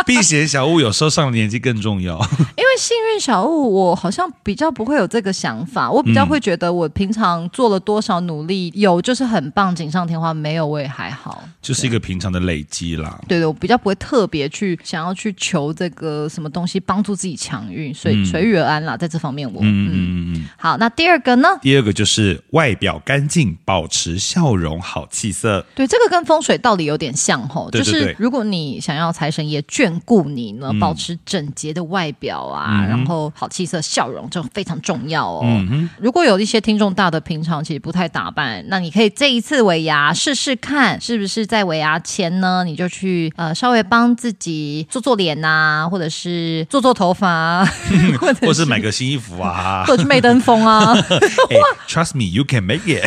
辟邪小物有时候上了年纪更重要。
幸运小物我好像比较不会有这个想法，我比较会觉得我平常做了多少努力，有就是很棒，锦上添花；没有我也还好。
<laughs> 就是一个平常的累积啦。
对对，我比较不会特别去想要去求这个什么东西帮助自己强运，所
嗯
以随遇而安啦，在这方面我嗯好，那第二个呢？
第二个就是外表干净，保持笑容好气色。
对，这个跟风水道理有点像吼，
对
就
对
是
对嗯
如果你想要财神爷眷顾你呢，保持整洁的外表啊，然后好气色、笑容，这非常重要哦。
嗯
如果有一些听众大的平常其实不太打扮，那你可以这一次尾牙试试看，是不是在尾牙前呢，你就去呃稍微帮自己做做脸呐、或者是做做头发、啊， <laughs> 或者
嗯或是买个新衣服啊、
<laughs> 或者去媚登峰啊，
哎 t r u s t me, you can make it 。 <laughs>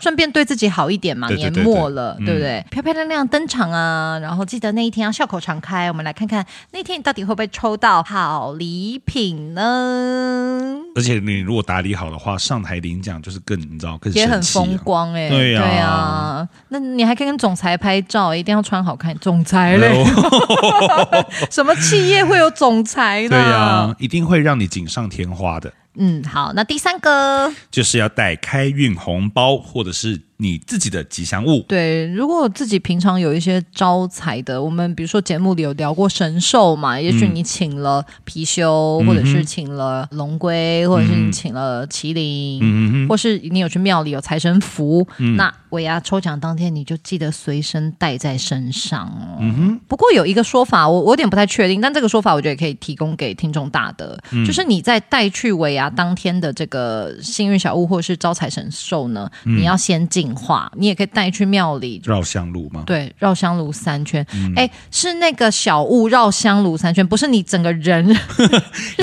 顺便对自己好一点嘛，
对对
年
对
末了，对不对？漂漂亮亮登场啊，然后记得那一天要笑口常开。我们来看看那天你到底会不会抽到好礼品呢？
而且你如果打理好的话，上台领奖就是更你知道更
也很
神
哦
奇啊
风光哎、
对啊
啊那你还可以跟总裁拍照，一定要穿好看。总裁 <laughs> 嘞，
哦
什么企业会有总裁
对
的？
呀、一定会让你锦上添花的。
嗯，好，那第三个，
就是要带开运红包，或者是你自己的吉祥物。
对，如果自己平常有一些招财的，我们比如说节目里有聊过神兽嘛，也许你请了貔貅，或者是请了龙龟，或者是你请了麒麟，或是你有去庙里有财神符，那尾牙抽奖当天你就记得随身带在身上哦。不过有一个说法，我我有点不太确定，但这个说法我觉得也可以提供给听众大的，
嗯
就是你在带去尾牙当天的这个幸运小物或者是招财神兽呢，
嗯
你要先净化，你也可以带去庙里。
绕香路吗？
对，绕香炉三圈，哎、是那个小物绕香炉三圈，不是你整个
<laughs>
人
你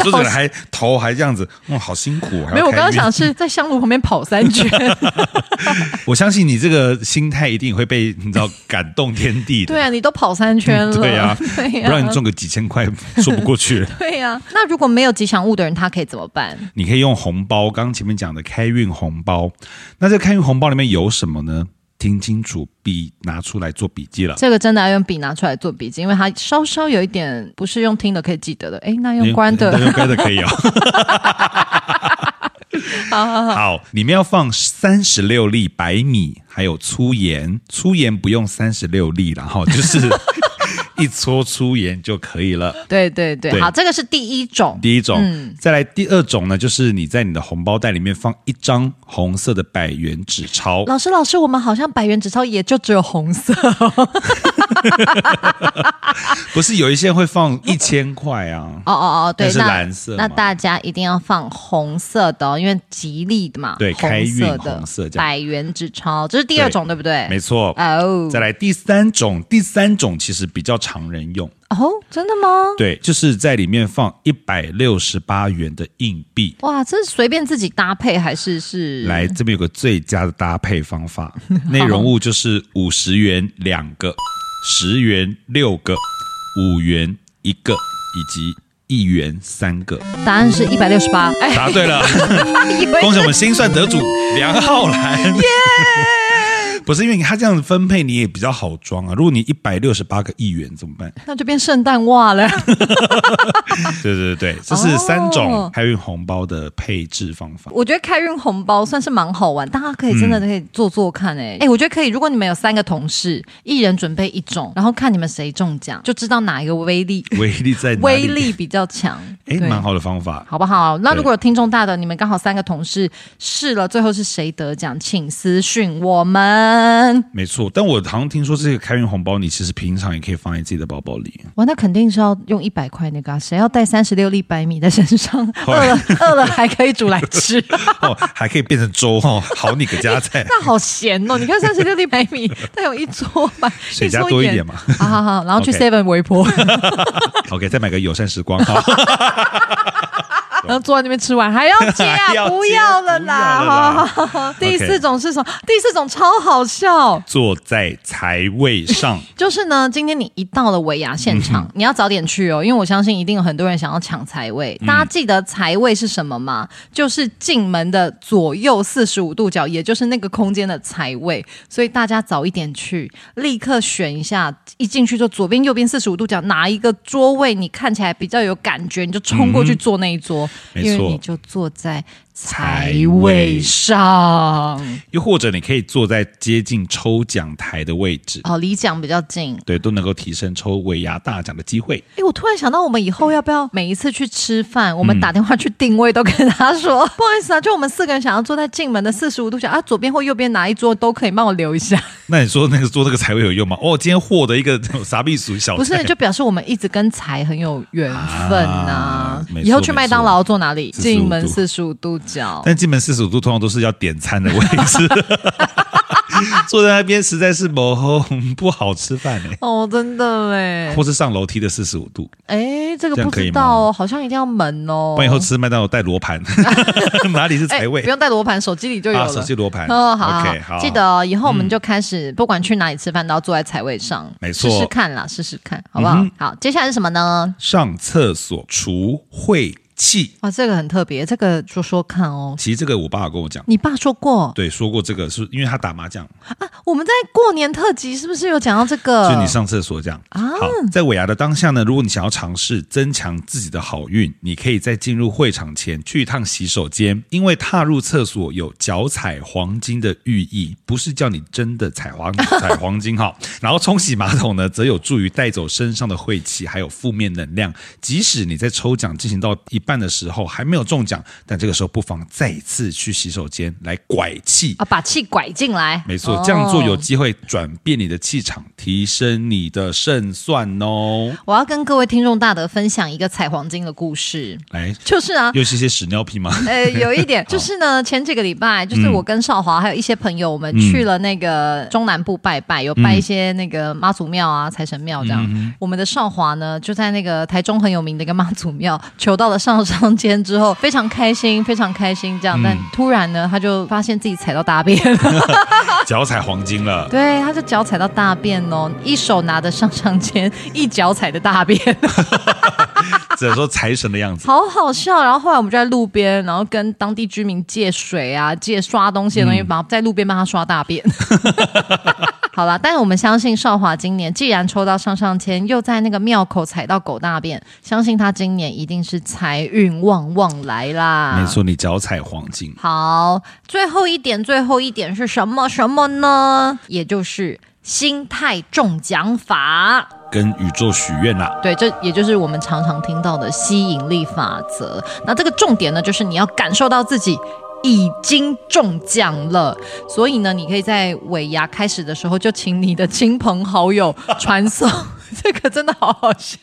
说这
绕
个人还头还这样子，哇，好辛苦。还要
没有，我刚刚
开运
想是在香炉旁边跑三圈，
<laughs> 我相信你这个心态一定会被你知道感动天地的。
对啊，你都跑三圈了，
对呀、
<laughs> 对呀、
不然你中个几千块说不过去。
对呀、那如果没有吉祥物的人，他可以怎么办？
你可以用红包，刚刚前面讲的开运红包。那这个开运红包里面有什么呢？听清楚，笔拿出来做笔记了。
这个真的要用笔拿出来做笔记，因为它稍稍有一点不是用听的可以记得的。哎，那用关
对
的，
用关的可以
<laughs>
哦。好好好，里面要放三十六粒白米，还有粗盐，粗盐不用三十六粒啦，然后就是
<laughs>
一撮粗盐就可以了。
对对对，
对
好，这个是第一种。
第一种，
嗯
再来第二种呢，就是你在你的红包袋里面放一张红色的百元纸钞，
老师，老师，我们好像百元纸钞也就只有红
<laughs>
色，
不是有一些会放一千块啊？
哦哦哦，对，
那是
那
蓝色嘛
那大家一定要放红色的、哦，因为吉利的嘛，
对开
红
运
色的
红色这样
百元纸钞，这是第二种，对不对？
没错。
哦
再来第三种，第三种其实比较常人用，
哦，真的吗？
<laughs> 对，就是在里面放一百六十八元的硬币。
哇，这是随便自己搭配还是是？
来，这边有个最佳的搭配方法，内容物就是五十元两个，十元六个，五元一个，以及一元三个。
答案是一百六十八。哎，
答对了，
以为
恭喜
是
我们心算得主梁浩然。 <laughs> 不是因为他这样子分配，你也比较好装啊。如果你一百六十八个亿元怎么办？
那就变圣诞袜了。
对对对，这是三种
哦
开运红包的配置方法。
我觉得开运红包算是蛮好玩，大家可以真的可以做做看哎、哎、我觉得可以。如果你们有三个同事，一人准备一种，然后看你们谁中奖，就知道哪一个威力
<laughs> 威力在哪
威
里？
力比较强。
哎，
对
蛮好的方法。
好不好？那
对
如果有听众大的，你们刚好三个同事试了，最后是谁得奖，请私讯我们。
没错，但我好像听说这个开运红包，你其实平常也可以放在自己的包包
<laughs>
里。
哇，那肯定是要用一百块那个、啊，谁要带三十六粒白米在身
<laughs>
上？
好
饿了饿了还可以煮来
<laughs>
吃，，
哦，还可以变成粥哦，好你个家菜
<laughs> 那好咸哦！你看三十六粒白米，它有一撮白，
谁家
一撮
多一
盐
点嘛。
好好好，然后去
OK
Seven 微波，
<laughs> OK，再买个友善时光哈。
然后坐在那边吃完还要接
还
啊，
要接
不要了啦！
不要了啦
好好好，第
OK
四种是什么？第四种超好笑，
<laughs> 坐在财位上，
就是呢，今天你一到了尾牙现场，你要早点去哦，因为我相信一定有很多人想要抢财位。大家记得财位是什么吗？就是进门的左右四十五度角，也就是那个空间的财位。所以大家早一点去，立刻选一下，一进去就左边、右边四十五度角，哪一个桌位你看起来比较有感觉，你就冲过去坐那一桌，
没错
因为你就坐在财位上，
又或者你可以坐在接近抽奖台的位置，
哦，离奖比较近。
对，都能够提升抽尾牙大奖的机会。
哎，我突然想到，我们以后要不要每一次去吃饭，我
嗯
们打电话去定位，都跟他说、不好意思啊，就我们四个人想要坐在进门的四十五度角啊，左边或右边哪一桌都可以，帮我留一下。
那你说那个做这个财位有用吗？哦，今天获得一个 <laughs> 傻避暑小菜
不是，就表示我们一直跟财很有缘分呐、
啊没错
以后去麦当劳坐哪里？
45
进门
度哎
四十五度角。
但进门四十五度通常都是要点餐的位
<laughs>
置，坐在那边实在是某后不好吃饭哎、
哦，真的哎，
或是上楼梯的四十五度，
哎，这个
这样
不
可以
知道哦，好像一定要门哦。
不然以后吃麦当劳带罗
<laughs>
盘，哪里是
哎
财位
不？用带罗盘，手机里就有
啊，
了。
手机罗盘。
哦，好
OK，
好
好，
好，记得哦以后我们就开始，不管去哪里吃饭，都要坐在财位上，
嗯没错
试试看啦，试试看，好不好
嗯？
好，接下来是什么呢？
上厕所除晦气。
哇，这个很特别，这个说说看哦。
其实这个我爸有跟我讲，
你爸说过
对，说过这个是因为他打麻将，
啊，我们在过年特辑是不是有讲到这个？
就是你上厕所这样。好，在尾牙的当下呢，如果你想要尝试增强自己的好运，你可以在进入会场前去一趟洗手间，因为踏入厕所有脚踩黄金的寓意，不是叫你真的踩黄踩黄金 <laughs> 哈。然后冲洗马桶呢，则有助于带走身上的晦气还有负面能量。即使你在抽奖进行到一半的时候还没有中奖，但这个时候不妨再一次去洗手间来拐气
啊，把气拐进来，
没错，这样做有
哦
机会转变你的气场，提升你的胜算哦。
我要跟各位听众大德分享一个采黄金的故事，
来，
就是啊，
又是一些屎尿屁吗？
<laughs> 呃，有一点就是呢，前几个礼拜，就是我跟少华还有一些朋友，我们去了那个中南部拜拜，有拜一些那个妈祖庙啊、财神庙这样。我们的少华呢，就在那个台中很有名的一个妈祖庙求到了上上签之后，非常开心，非常开心这样。但突然呢，他就发现自己踩到大便了， <laughs>
脚踩黄金了，
对，他就脚踩到大便哦，一手拿着上上签，一脚踩着大便。
只能说财神的样子。
好好笑。然后后来我们就在路边，然后跟当地居民借水啊、借刷东西的东
嗯
西，帮、在路边帮他刷大便。 <laughs> 好啦，但是我们相信少华今年既然抽到上上签，又在那个庙口踩到狗大便，相信他今年一定是财运旺旺来啦。
没。错，你脚踩黄金，
好，最后一点，最后一点是什么什么呢？也就是心态中奖法。
跟宇宙许愿啦。
对，这也就是我们常常听到的吸引力法则。那这个重点呢，就是你要感受到自己。已经中奖了，所以呢，你可以在尾牙开始的时候，就请你的亲朋好友传送。 <laughs> 这个真的好好笑，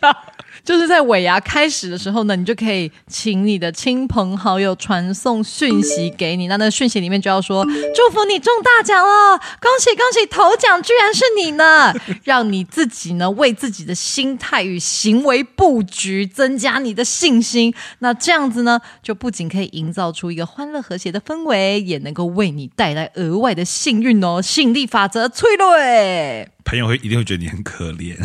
就是在尾牙开始的时候呢，你就可以请你的亲朋好友传送讯息给你。那那个讯息里面就要说：“祝福你中大奖了，恭喜恭喜，头奖居然是你呢！” <laughs> 让你自己呢为自己的心态与行为布局增加你的信心。那这样子呢，就不仅可以营造出一个欢乐和谐的氛围，也能够为你带来额外的幸运哦。吸引力法则，脆弱。
朋朋友会一定会觉得你很可
<laughs>
怜。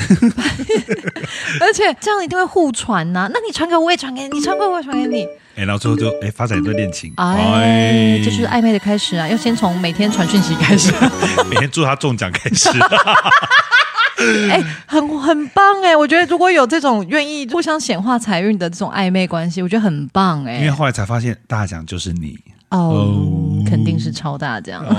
而且这样一定会互传呐、那你传给我，我也传给你；你传给我，我也传给你。
哎，然后最后就哎发展一段恋情，
哎，这就是暧昧的开始啊！要先从每天传讯息开始。
每天哎祝他中奖开
<laughs>
始。
哎，很很棒哎！我觉得如果有这种愿意互相显化财运的这种暧昧关系，我觉得很棒
因为
哎。
后来才发现大奖就是你，
哦，肯定是超大这样。 <laughs>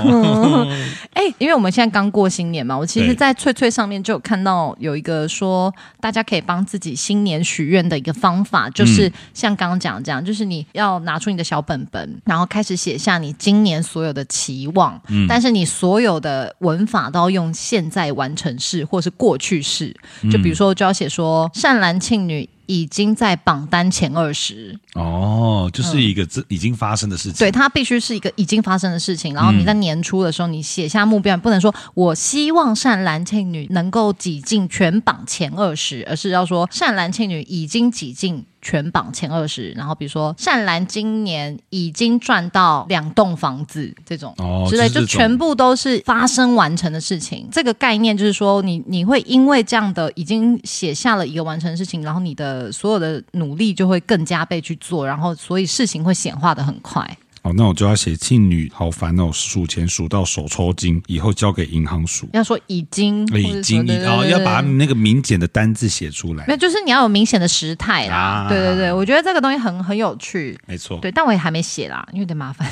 哎，因为我们现在刚过新年嘛，我其实，
对
在翠翠上面就有看到有一个说，大家可以帮自己新年许愿的一个方法，就是像刚刚讲这样，就是你要拿出你的小本本，然后开始写下你今年所有的期望，但是你所有的文法都要用现在完成式或是过去式，就比如说，我就要写说，善男信女已经在榜单前二十，
哦，就是一个这已经发生的事情。
嗯
嗯
对，它必须是一个已经发生的事情。然后你在年初的时候，你写下目标，你不能说我希望善男信女能够挤进全榜前二十，而是要说善男信女已经挤进。全榜前二十，然后比如说善兰今年已经赚到两栋房子这种
哦
之类，
就是
就
这种
全部都是发生完成的事情。这个概念就是说，你你会因为这样的已经写下了一个完成的事情，然后你的所有的努力就会更加倍去做，然后所以事情会显化的很快。
哦，那我就要写庆女好烦哦，数钱数到手抽筋，以后交给银行数。
要说已经，嗯或者
已经
什么对对
哦，
对
要
对
把那个明简的单字写出
没有，
来。
就是你要有明显的时态啦。
啊
对对对，我觉得这个东西很很有趣。
没错，
对，但我也还没写啦，因为有点麻 <laughs> 烦。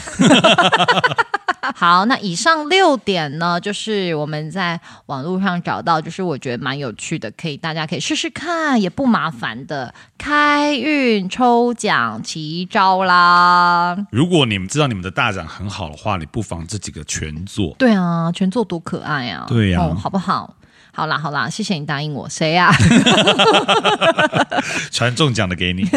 好，那以上六点呢，就是我们在网络上找到，就是我觉得蛮有趣的，可以大家可以试试看，也不麻烦的。开运抽奖奇招啦！
如果你们知道你们的大奖很好的话，你不妨这几个全
<laughs>
做。
对啊，全座多可爱啊！
对啊
哦，好不好？好啦好啦，谢谢你答应我，谁啊呀、
传中奖的给
<laughs>
你。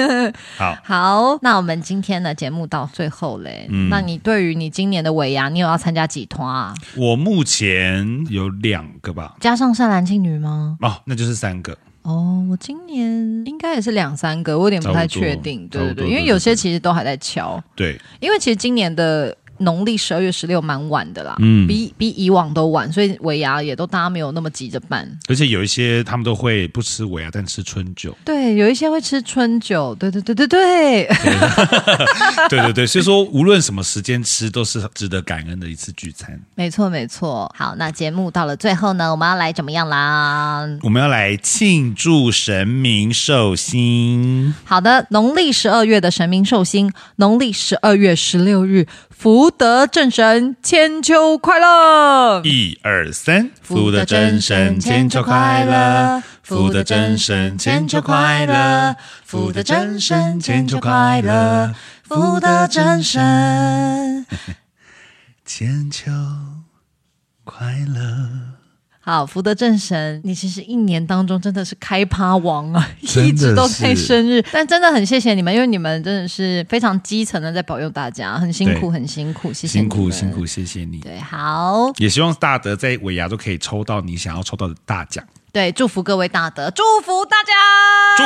好，
好，那我们今天的节目到最后嘞，那你对于你今年的尾牙，你有要参加几团啊？
我目前有两个吧，
加上善男信女吗？
哦，那就是三个。
哦，我今年应该也是两三个，我有点不太确定，
差
对
不多差
对对，
不多
因为有些其实都还在敲，
对，
因为其实今年的。农历十二月十六蛮晚的啦，
嗯
比比以往都晚，所以尾牙也都大家没有那么急着办。
而且有一些他们都会不吃尾牙，但吃春
<laughs>
酒。
对，有一些会吃春酒，对对对对对。
对对对，所以说无论什么时间吃，都是值得感恩的一次聚餐。
<laughs> 没错，没错。好，那节目到了最后呢，我们要来怎么样啦？
我们要来庆祝神明寿星，
好的，农历十二月的神明寿星，农历十二月十六日，福德正神，千秋快乐！
一二三，
福
福
的
的
真
真
神
神
千
千
秋
秋
快
快
乐
乐，
福
福
的
的
真
真
神
神
千
千
秋
秋
快
快
乐
乐，
福
福
的
的真
真神
神千
千秋
秋
快
快
乐
乐，
福
福
德
的
真
真
神
神千秋快乐。
好，福德正神，你其实一年当中真的是开趴王啊，
<laughs> 真的
一直都在
是
生日，但真的很谢谢你们，因为你们真的是非常基层的在保佑大家，很辛
对
苦，很辛苦，谢谢
辛
你
苦
们
辛。苦，谢谢你。
对，好，
也希望大德在尾牙都可以抽到你想要抽到的大奖，
对，祝福各位大德，祝福大家，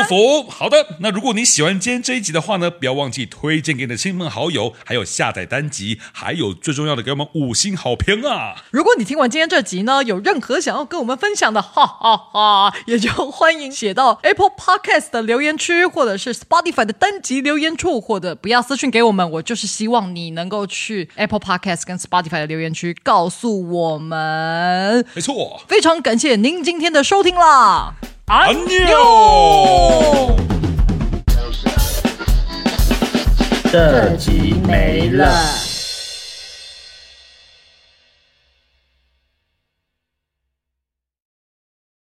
祝福。好的，那如果你喜欢今天这一集的话呢，不要忘记推荐给你的亲朋好友，还有下载单集，还有最重要的给我们五星好评啊！
如果你听完今天这集呢，有任何想要跟我们分享的，哈哈哈 <laughs> 也就欢迎写到 Apple Podcast 的留言区，或者是 Spotify 的单集留言处，或者不要私讯给我们。我就是希望你能够去 Apple Podcast 跟 Spotify 的留言区告诉我们。
没错，
非常感谢您今天的收听啦，哎
安
妞。
这集没了。